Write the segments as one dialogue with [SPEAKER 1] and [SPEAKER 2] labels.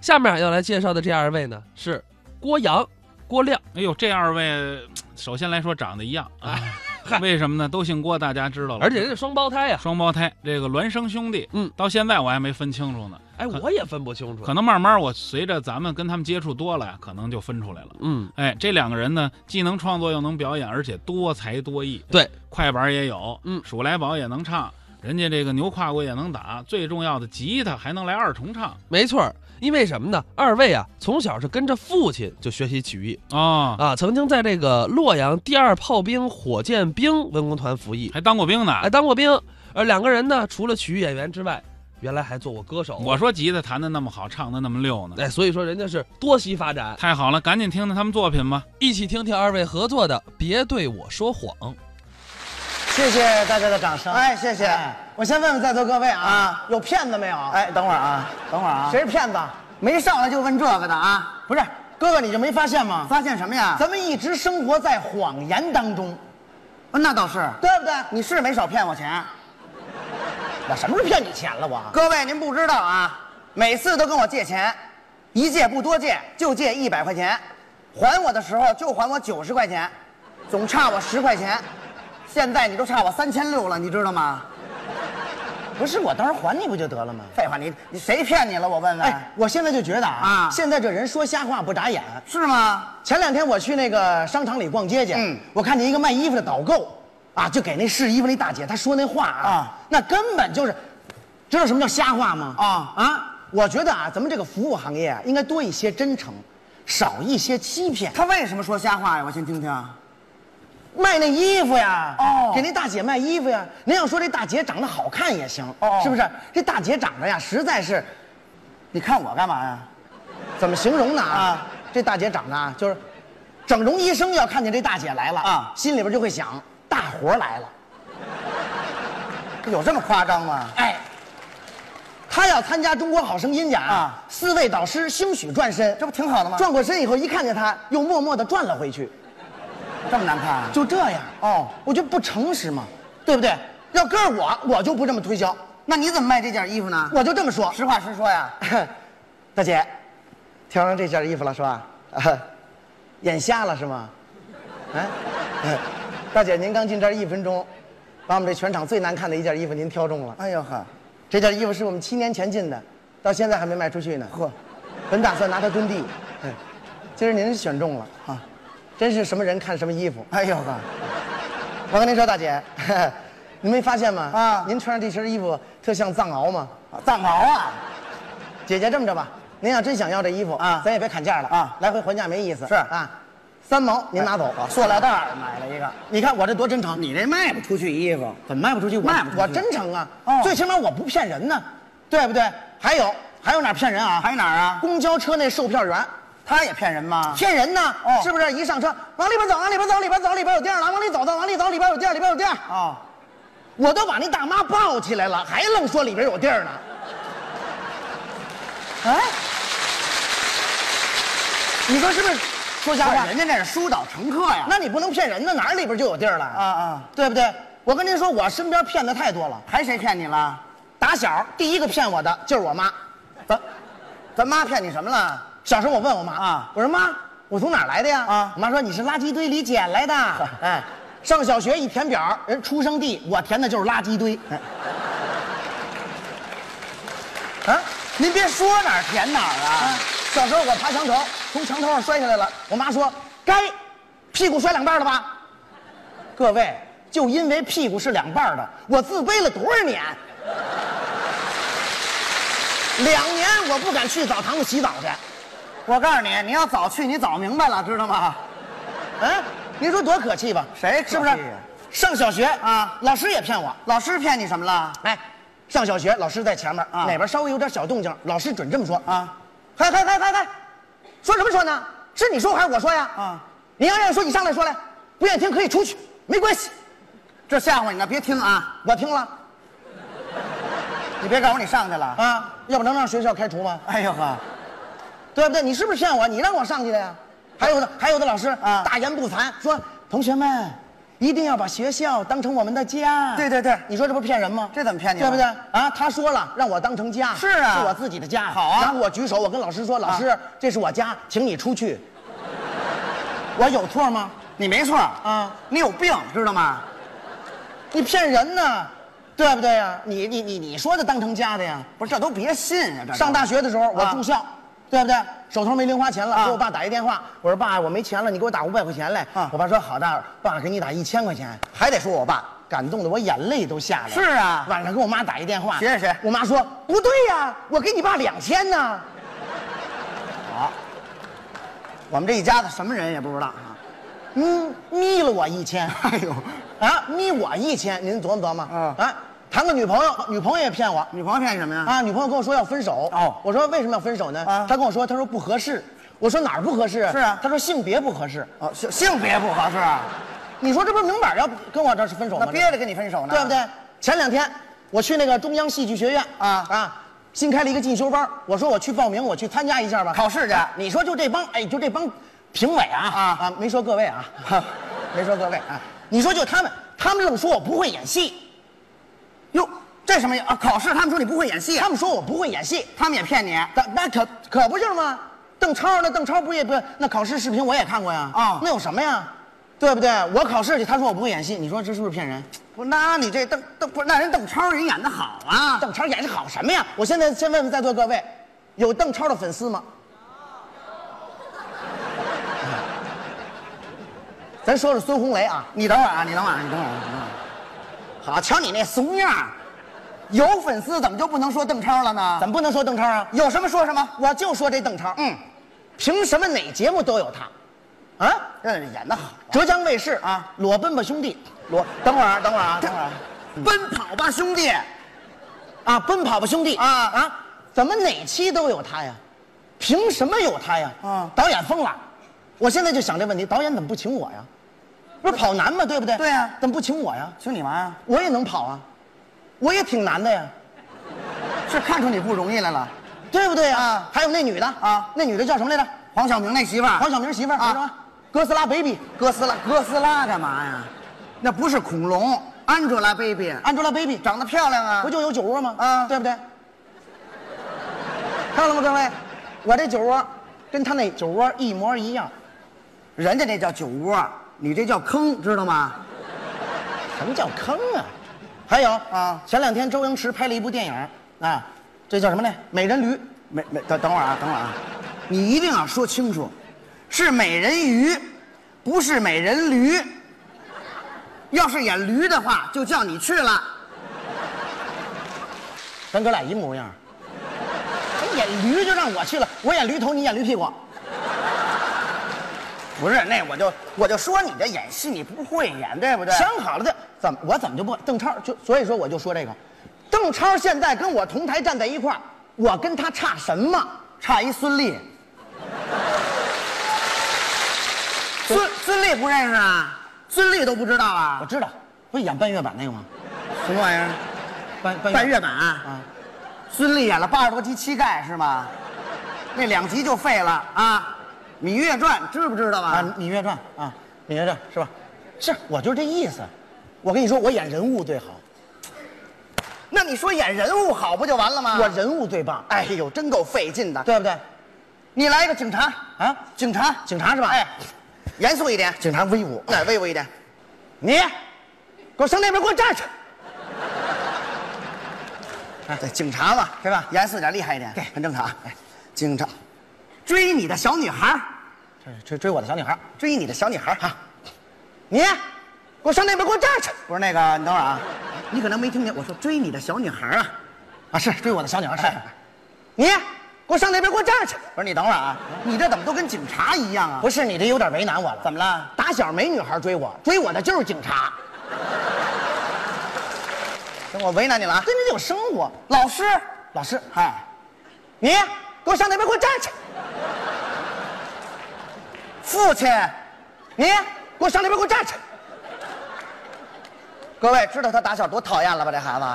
[SPEAKER 1] 下面要来介绍的这二位呢是郭阳、郭亮。
[SPEAKER 2] 哎呦，这二位首先来说长得一样啊，为什么呢？都姓郭，大家知道了。
[SPEAKER 1] 而且人家双胞胎呀、啊
[SPEAKER 2] 双胞胎，这个孪生兄弟，
[SPEAKER 1] 嗯，
[SPEAKER 2] 到现在我还没分清楚呢。
[SPEAKER 1] 哎，我也分不清楚。
[SPEAKER 2] 可能慢慢我随着咱们跟他们接触多了呀，可能就分出来了。
[SPEAKER 1] 嗯，
[SPEAKER 2] 哎，这两个人呢，既能创作又能表演，而且多才多艺。
[SPEAKER 1] 对，
[SPEAKER 2] 快板也有，
[SPEAKER 1] 嗯
[SPEAKER 2] 数来宝也能唱，人家这个牛胯骨也能打，最重要的吉他还能来二重唱
[SPEAKER 1] 没错儿，因为什么呢？二位啊，从小是跟着父亲就学习曲艺
[SPEAKER 2] 哦，
[SPEAKER 1] 啊，曾经在这个洛阳第二炮兵火箭兵文工团服役，
[SPEAKER 2] 还当过兵呢。
[SPEAKER 1] 哎，当过兵。而两个人呢，除了曲艺演员之外，原来还做过歌手。
[SPEAKER 2] 我说吉他弹的那么好，唱的那么溜呢，
[SPEAKER 1] 哎，所以说人家是多栖发展。
[SPEAKER 2] 太好了，赶紧听听他们作品吧。
[SPEAKER 1] 一起听听二位合作的《别对我说谎》。
[SPEAKER 3] 谢谢大家的掌声。
[SPEAKER 4] 哎，谢谢。
[SPEAKER 3] 哎我先问问在座各位啊
[SPEAKER 4] 啊，
[SPEAKER 3] 有骗子没有？
[SPEAKER 4] 哎，等会儿啊，等会儿啊，
[SPEAKER 3] 谁是骗子？
[SPEAKER 4] 没上来就问这个的啊？
[SPEAKER 3] 不是，哥哥你就没发现吗？
[SPEAKER 4] 发现什么呀？
[SPEAKER 3] 咱们一直生活在谎言当中，
[SPEAKER 4] 哦那倒是，
[SPEAKER 3] 对不对？
[SPEAKER 4] 你是没少骗我钱。
[SPEAKER 3] 我什么时候骗你钱了？我
[SPEAKER 4] 各位您不知道啊，每次都跟我借钱，一借不多借，就借一百块钱，还我的时候就还我九十块钱，总差我十块钱。现在你都差我三千六了，你知道吗？
[SPEAKER 3] 不是，我当时还你不就得了吗？
[SPEAKER 4] 废话，你你谁骗你了？我问问，
[SPEAKER 3] 哎，我现在就觉得啊，
[SPEAKER 4] 啊
[SPEAKER 3] 现在这人说瞎话不眨眼。
[SPEAKER 4] 是吗？
[SPEAKER 3] 前两天我去那个商场里逛街去，
[SPEAKER 4] 嗯
[SPEAKER 3] 我看见一个卖衣服的导购，啊，就给那试衣服那大姐，她说那话啊，
[SPEAKER 4] 啊
[SPEAKER 3] 那根本就是，知道什么叫瞎话吗？
[SPEAKER 4] 啊
[SPEAKER 3] 啊，我觉得啊，咱们这个服务行业啊，应该多一些真诚，少一些欺骗。
[SPEAKER 4] 他为什么说瞎话呀？我先听听。
[SPEAKER 3] 卖那衣服呀，
[SPEAKER 4] 哦
[SPEAKER 3] 给那大姐卖衣服呀，您要说这大姐长得好看也行，
[SPEAKER 4] 哦
[SPEAKER 3] 是不是？这大姐长得呀，实在是，
[SPEAKER 4] 你看我干嘛呀？
[SPEAKER 3] 怎么形容呢？啊
[SPEAKER 4] 啊，
[SPEAKER 3] 这大姐长得啊，就是，整容医生要看见这大姐来了啊
[SPEAKER 4] 啊，
[SPEAKER 3] 心里边就会想，大活儿来了。
[SPEAKER 4] 有这么夸张吗？
[SPEAKER 3] 哎，他要参加《中国好声音》去啊
[SPEAKER 4] 啊，
[SPEAKER 3] 四位导师兴许转身，
[SPEAKER 4] 这不挺好的吗？
[SPEAKER 3] 转过身以后，一看见他，又默默地转了回去，
[SPEAKER 4] 这么难看啊？
[SPEAKER 3] 就这样。
[SPEAKER 4] 哦，
[SPEAKER 3] 我觉得不诚实嘛，对不对？要搁着我，我就不这么推销，
[SPEAKER 4] 那你怎么卖这件衣服呢？
[SPEAKER 3] 我就这么说。
[SPEAKER 4] 啊实话实说呀。
[SPEAKER 3] 大姐，挑上这件衣服了是吧？啊眼瞎了是吗？哎，大姐，您刚进这儿一分钟，把我们这全场最难看的一件衣服您挑中了。
[SPEAKER 4] 哎呦呵，
[SPEAKER 3] 这件衣服是我们七年前进的，到现在还没卖出去呢。
[SPEAKER 4] 呵，
[SPEAKER 3] 本打算拿它蹲地，哎，今儿您选中了啊，真是什么人看什么衣服。
[SPEAKER 4] 哎呦呵，
[SPEAKER 3] 我跟您说，大姐， 您没发现吗？啊
[SPEAKER 4] 啊，
[SPEAKER 3] 您穿上这身衣服特像藏獒吗？
[SPEAKER 4] 藏獒啊！
[SPEAKER 3] 哎姐姐这么着吧，您要真想要这衣服啊
[SPEAKER 4] 啊，
[SPEAKER 3] 咱也别砍价了
[SPEAKER 4] 啊
[SPEAKER 3] 啊，来回还价没意思。
[SPEAKER 4] 是哎
[SPEAKER 3] 啊，三毛您拿走
[SPEAKER 4] 我，塑料袋儿买了一个。
[SPEAKER 3] 你看我这多真诚，
[SPEAKER 4] 你这卖不出去衣服，怎么卖不出去？我
[SPEAKER 3] 卖
[SPEAKER 4] 卖不出去。
[SPEAKER 3] 我真诚啊
[SPEAKER 4] 哦，
[SPEAKER 3] 最起码我不骗人呢，对不对？还有还有哪骗人啊？
[SPEAKER 4] 还有哪儿啊？
[SPEAKER 3] 公交车那售票员
[SPEAKER 4] 他也骗人吗？
[SPEAKER 3] 骗人呢，
[SPEAKER 4] 啊哦
[SPEAKER 3] 是不是？一上车往里边走，往里边走，里边走，里边有店了，往里走的，往里走，里边有店，里边有店。
[SPEAKER 4] 哦，
[SPEAKER 3] 我都把那大妈抱起来了，还愣说里边有地儿呢。哎，你说是不是？说瞎
[SPEAKER 4] 不
[SPEAKER 3] 话
[SPEAKER 4] 是，人家那是疏导乘客呀。
[SPEAKER 3] 那你不能骗人呢，哪儿里边就有地儿了
[SPEAKER 4] 啊啊，
[SPEAKER 3] 对不对？我跟您说，我身边骗子太多了。
[SPEAKER 4] 还谁骗你了？
[SPEAKER 3] 打小第一个骗我的就是我妈。
[SPEAKER 4] 咱咱妈骗你什么了？
[SPEAKER 3] 小时候我问我妈
[SPEAKER 4] 啊
[SPEAKER 3] 我说妈，我从哪儿来的呀？
[SPEAKER 4] 啊
[SPEAKER 3] 我妈说你是垃圾堆里捡来的。哎，上小学一填表，人出生地我填的就是垃圾堆。哎啊，
[SPEAKER 4] 您别说哪儿舔哪儿
[SPEAKER 3] 啊
[SPEAKER 4] 啊！
[SPEAKER 3] 小时候我爬墙头，从墙头上摔下来了，我妈说该，屁股摔两半了吧？各位，就因为屁股是两半的，我自卑了多少年？两年我不敢去澡堂子洗澡去。
[SPEAKER 4] 我告诉你，你要早去，你早明白了，知道吗？
[SPEAKER 3] 嗯，您说多可气吧？
[SPEAKER 4] 谁可气
[SPEAKER 3] 是
[SPEAKER 4] 呀
[SPEAKER 3] 不是？上小学啊
[SPEAKER 4] 啊，
[SPEAKER 3] 老师也骗我。
[SPEAKER 4] 老师骗你什么了？
[SPEAKER 3] 哎，上小学老师在前面，
[SPEAKER 4] 啊
[SPEAKER 3] 哪边稍微有点小动静，老师准这么说啊
[SPEAKER 4] 啊。
[SPEAKER 3] 嗨嗨嗨嗨嗨，说什么说呢？是你说还是我说呀？啊
[SPEAKER 4] 啊，
[SPEAKER 3] 你要愿意说你上来说来，不愿意听可以出去，没关系。
[SPEAKER 4] 这吓唬你呢，别听啊！
[SPEAKER 3] 我听了
[SPEAKER 4] 你别告诉我你上去了。
[SPEAKER 3] 啊，要不能让学校开除吗？
[SPEAKER 4] 哎呦呵，
[SPEAKER 3] 对不对？你是不是骗我？你让我上去的呀？还有的，还有的老师啊
[SPEAKER 4] 啊，
[SPEAKER 3] 大言不惭说：“同学们，一定要把学校当成我们的家。
[SPEAKER 4] 对对对
[SPEAKER 3] 你说这不是骗人吗？
[SPEAKER 4] 这怎么骗你了
[SPEAKER 3] 对不对啊？他说了，让我当成家，
[SPEAKER 4] 是啊
[SPEAKER 3] 是我自己的家。
[SPEAKER 4] 好啊啊
[SPEAKER 3] 然后我举手，我跟老师说，老师，这是我家，请你出去。我有错吗？
[SPEAKER 4] 你没错
[SPEAKER 3] 嗯
[SPEAKER 4] 啊，你有病，知道吗？
[SPEAKER 3] 你骗人呢，对不对呀、你你你你说的当成家的呀？
[SPEAKER 4] 不是，这都别信啊，这都
[SPEAKER 3] 上大学的时候我
[SPEAKER 4] 啊
[SPEAKER 3] 住校，对不对？手头没零花钱了，
[SPEAKER 4] 啊
[SPEAKER 3] 给我爸打一电话，我说爸，我没钱了，你给我打五百块钱来。
[SPEAKER 4] 啊
[SPEAKER 3] 我爸说好的，爸给你打一千块钱，还得说我爸，感动的我眼泪都下来了。
[SPEAKER 4] 是啊
[SPEAKER 3] 晚上给我妈打一电话，
[SPEAKER 4] 谁呀谁
[SPEAKER 3] 我妈说不对呀、我给你爸两千呢。
[SPEAKER 4] 我们这一家子什么人也不知道啊。
[SPEAKER 3] 嗯，眯了我一千，
[SPEAKER 4] 哎呦，
[SPEAKER 3] 啊，眯我一千，您琢磨琢磨
[SPEAKER 4] 啊
[SPEAKER 3] 啊，谈个女朋友，女朋友也骗我，
[SPEAKER 4] 女朋友骗你什么呀？
[SPEAKER 3] 啊，女朋友跟我说要分手。
[SPEAKER 4] 哦
[SPEAKER 3] 我说为什么要分手呢？
[SPEAKER 4] 啊
[SPEAKER 3] 她跟我说，她说不合适。我说哪儿不合适？
[SPEAKER 4] 是啊
[SPEAKER 3] 她说性别不合适。
[SPEAKER 4] 哦，性性别不合适，啊
[SPEAKER 3] 你说这不是明摆着要跟我这是分手吗
[SPEAKER 4] 那？憋着跟你分手呢，
[SPEAKER 3] 对不？对？前两天我去那个中央戏剧学院
[SPEAKER 4] 啊
[SPEAKER 3] 啊，新开了一个进修班，我说我去报名，我去参加一下吧，
[SPEAKER 4] 考试去
[SPEAKER 3] 啊你说就这帮哎，就这帮评委啊
[SPEAKER 4] 啊
[SPEAKER 3] 啊，没说各位啊， 没说各位啊，你说就他们，他们愣说我不会演戏，
[SPEAKER 4] 哟，这什么呀？啊，考试他们说你不会演戏，
[SPEAKER 3] 他们说我不会演戏，
[SPEAKER 4] 他们也骗你啊？
[SPEAKER 3] 那那可可不就是吗？邓超那邓超不也不那考试视频我也看过呀
[SPEAKER 4] 啊
[SPEAKER 3] 那有什么呀？对不对？我考试去，他说我不会演戏，你说这是不是骗人？
[SPEAKER 4] 不，那你这邓邓不是那人邓超人演的好啊？
[SPEAKER 3] 邓超演的好什么呀？我现在先问问在座各位，有邓超的粉丝吗？ 咱说说孙红雷啊，
[SPEAKER 4] 你等会儿啊，你等会儿啊，你等会儿啊，你等会儿啊。好，瞧你那怂样儿，有粉丝怎么就不能说邓超了呢？
[SPEAKER 3] 怎么不能说邓超啊？
[SPEAKER 4] 有什么说什么？
[SPEAKER 3] 我就说这邓超，
[SPEAKER 4] 嗯，
[SPEAKER 3] 凭什么哪节目都有他？啊，
[SPEAKER 4] 这哎演的好。
[SPEAKER 3] 浙江卫视啊
[SPEAKER 4] 啊，
[SPEAKER 3] 《裸奔吧兄弟
[SPEAKER 4] 罗，等会儿啊，等会儿啊，
[SPEAKER 3] 这
[SPEAKER 4] 等会儿啊。奔跑吧兄弟，》
[SPEAKER 3] 啊，《奔跑吧兄弟》
[SPEAKER 4] 啊
[SPEAKER 3] 啊，怎么哪期都有他呀？凭什么有他呀？
[SPEAKER 4] 啊
[SPEAKER 3] 导演疯了！我现在就想这问题，导演怎么不请我呀？不是跑男吗？对不对？
[SPEAKER 4] 对啊
[SPEAKER 3] 怎么不请我呀？
[SPEAKER 4] 请你玩啊！
[SPEAKER 3] 我也能跑啊，我也挺难的呀，
[SPEAKER 4] 是看出你不容易来了。
[SPEAKER 3] 对不对啊
[SPEAKER 4] 啊？
[SPEAKER 3] 还有那女的
[SPEAKER 4] 啊
[SPEAKER 3] 那女的叫什么来着？
[SPEAKER 4] 黄晓明那媳妇儿，
[SPEAKER 3] 黄晓明媳妇儿
[SPEAKER 4] 啊
[SPEAKER 3] 叫什么？哥斯拉 baby
[SPEAKER 4] 哥斯拉，哥斯拉干嘛呀？那不是恐龙，Angelababy，
[SPEAKER 3] Angelababy，
[SPEAKER 4] 长得漂亮啊
[SPEAKER 3] 不。就有酒窝吗？
[SPEAKER 4] 啊
[SPEAKER 3] 对不对？看了吗，各位？我这酒窝跟他那酒窝一模一样。
[SPEAKER 4] 人家那叫酒窝，你这叫坑，知道吗？
[SPEAKER 3] 什么叫坑啊？还有
[SPEAKER 4] 啊
[SPEAKER 3] 前两天周星驰拍了一部电影啊，这叫什么呢？美人驴。
[SPEAKER 4] 美美，等等会儿啊，等会儿啊，你一定要说清楚，是美人鱼，不是美人驴。要是演驴的话，就叫你去了。
[SPEAKER 3] 咱哥俩一模一样。你演驴就让我去了，我演驴头，你演驴屁股。
[SPEAKER 4] 不是，那我就我就说你这演戏你不会演，对不对？
[SPEAKER 3] 想好了的，怎么我怎么就不邓超就所以说我就说这个，邓超现在跟我同台站在一块儿，我跟他差什么？
[SPEAKER 4] 差一孙俪，孙孙俪不认识啊？孙俪都不知道
[SPEAKER 3] 我
[SPEAKER 4] 啊？
[SPEAKER 3] 知道，不是演半月板那个吗？
[SPEAKER 4] 什么玩意儿？
[SPEAKER 3] 半半
[SPEAKER 4] 啊半月板啊？
[SPEAKER 3] 啊，
[SPEAKER 4] 孙俪演了八十多集膝盖是吗？那两集就废了啊！《芈月传》知不知道
[SPEAKER 3] 啊，
[SPEAKER 4] 啊？
[SPEAKER 3] 《芈月传》啊，《芈月传》是吧？是，我就是这意思。我跟你说，我演人物最好，
[SPEAKER 4] 那你说演人物好不就完了吗？
[SPEAKER 3] 我人物最棒，
[SPEAKER 4] 啊哎呦，真够费劲的。
[SPEAKER 3] 对不对？
[SPEAKER 4] 你来一个警察
[SPEAKER 3] 啊，
[SPEAKER 4] 警察，
[SPEAKER 3] 警察是吧？
[SPEAKER 4] 哎，，严肃一点，
[SPEAKER 3] 警察威武，
[SPEAKER 4] 哎，威武一点。
[SPEAKER 3] 你给我上那边给我站去。
[SPEAKER 4] 对，警察嘛，
[SPEAKER 3] 是吧
[SPEAKER 4] 严肃点，厉害一点，啊对，很正常。哎，警察，追你的小女孩儿，
[SPEAKER 3] 这追追我的小女孩，
[SPEAKER 4] 追你的小女孩儿啊，
[SPEAKER 3] 你给我上那边给我站去。
[SPEAKER 4] 不是那个，你等会儿啊，你可能没听见，我说追你的小女孩儿啊，哎
[SPEAKER 3] 啊，是追我的小女孩是。你给我上那边给我站去。
[SPEAKER 4] 不是你等会儿啊，你这怎么都跟警察一样啊？
[SPEAKER 3] 不是你这有点为难我了。
[SPEAKER 4] 怎么了？
[SPEAKER 3] 打小没女孩追我，追我的就是警察。
[SPEAKER 4] 行我为难你了啊，
[SPEAKER 3] 对，你得有生活。
[SPEAKER 4] 老师，
[SPEAKER 3] 老师，
[SPEAKER 4] 哎，
[SPEAKER 3] 你给我上那边给我站去。
[SPEAKER 4] 父亲，
[SPEAKER 3] 你给我上那边给我站去。
[SPEAKER 4] 各位知道他打小多讨厌了吧？这孩子。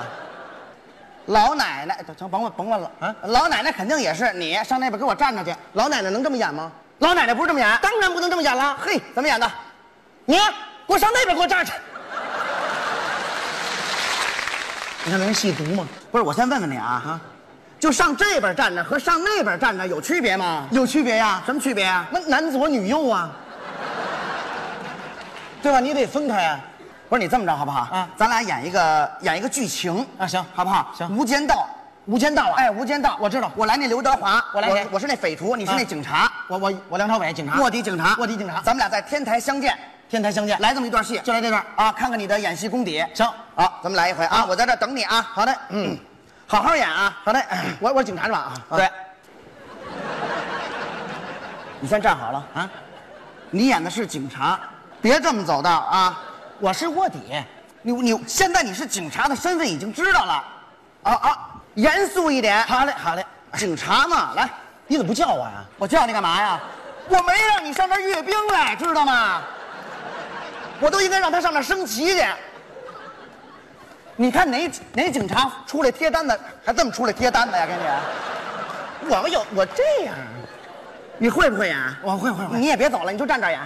[SPEAKER 4] 老奶奶，行，甭问甭问了
[SPEAKER 3] 啊
[SPEAKER 4] 老奶奶肯定也是你上那边给我站着去。
[SPEAKER 3] 老奶奶能这么演吗？
[SPEAKER 4] 老奶奶不是这么演，
[SPEAKER 3] 当然不能这么演了。
[SPEAKER 4] 嘿，怎么演的？
[SPEAKER 3] 你
[SPEAKER 4] 给我上那边给我站去！
[SPEAKER 3] 你看能细读吗？
[SPEAKER 4] 不是，我先问问你啊，啊就上这边站着和上那边站着有区别吗？
[SPEAKER 3] 有区别呀、
[SPEAKER 4] 什么区别啊？
[SPEAKER 3] 那男左女右啊，对吧？你得分开啊。
[SPEAKER 4] 不是你这么着好不好？
[SPEAKER 3] 啊
[SPEAKER 4] 咱俩演一个演一个剧情
[SPEAKER 3] 啊行
[SPEAKER 4] 好不好？
[SPEAKER 3] 行
[SPEAKER 4] 无间道，
[SPEAKER 3] 无间道啊！
[SPEAKER 4] 哎，无间道，
[SPEAKER 3] 我知道
[SPEAKER 4] 我来那刘德华，
[SPEAKER 3] 我来谁
[SPEAKER 4] 我是那匪徒，你是
[SPEAKER 3] 啊
[SPEAKER 4] 那警察，
[SPEAKER 3] 我我我梁朝伟，警察，
[SPEAKER 4] 卧底警察，
[SPEAKER 3] 卧底警察
[SPEAKER 4] 咱们俩在天台相见，
[SPEAKER 3] 天台相见，
[SPEAKER 4] 来这么一段戏，
[SPEAKER 3] 就来这段
[SPEAKER 4] 啊，看看你的演戏功底。
[SPEAKER 3] 行
[SPEAKER 4] 好，咱们来一回啊，我在这儿等你啊。好的，嗯，好好演啊。
[SPEAKER 3] 好嘞，我我是警察是吧？啊，
[SPEAKER 4] 对，你先站好了啊，你演的是警察，别这么走道啊。
[SPEAKER 3] 我是卧底，
[SPEAKER 4] 你你现在你是警察的身份已经知道了，啊啊，严肃一点，哎
[SPEAKER 3] 好嘞好嘞，
[SPEAKER 4] 警察嘛，来，
[SPEAKER 3] 你怎么不叫我呀？
[SPEAKER 4] 我叫你干嘛呀？我没让你上这儿阅兵来，知道吗？我都应该让他上那儿升旗去。你看哪哪警察出来贴单的，还这么出来贴单的呀？跟你，
[SPEAKER 3] 我有我这样，
[SPEAKER 4] 你会不会演？
[SPEAKER 3] 我会会会，
[SPEAKER 4] 你也别走了，你就站这儿演，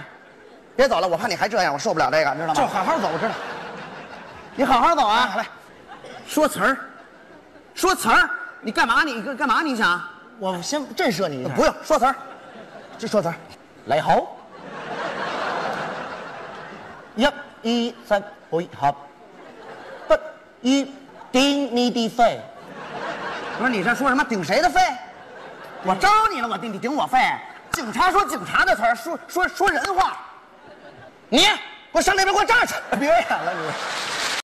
[SPEAKER 4] 别走了，我怕你还这样，我受不了这个，知道
[SPEAKER 3] 就
[SPEAKER 4] 吗？
[SPEAKER 3] 好好走，我知道。
[SPEAKER 4] 你好好走啊，
[SPEAKER 3] 好嘞，
[SPEAKER 4] 说词儿，说词儿，你干嘛你干嘛你想？
[SPEAKER 3] 我先震慑你一下，
[SPEAKER 4] 不用说词儿，
[SPEAKER 3] 就说词儿，你好，一、二、三，回合，不一定你的肺，
[SPEAKER 4] 不是你这说什么顶谁的肺？我招你了，我顶你顶我肺？警察说警察的词儿， 说说说人话。你给我上那边给我站去！
[SPEAKER 3] 别演了你，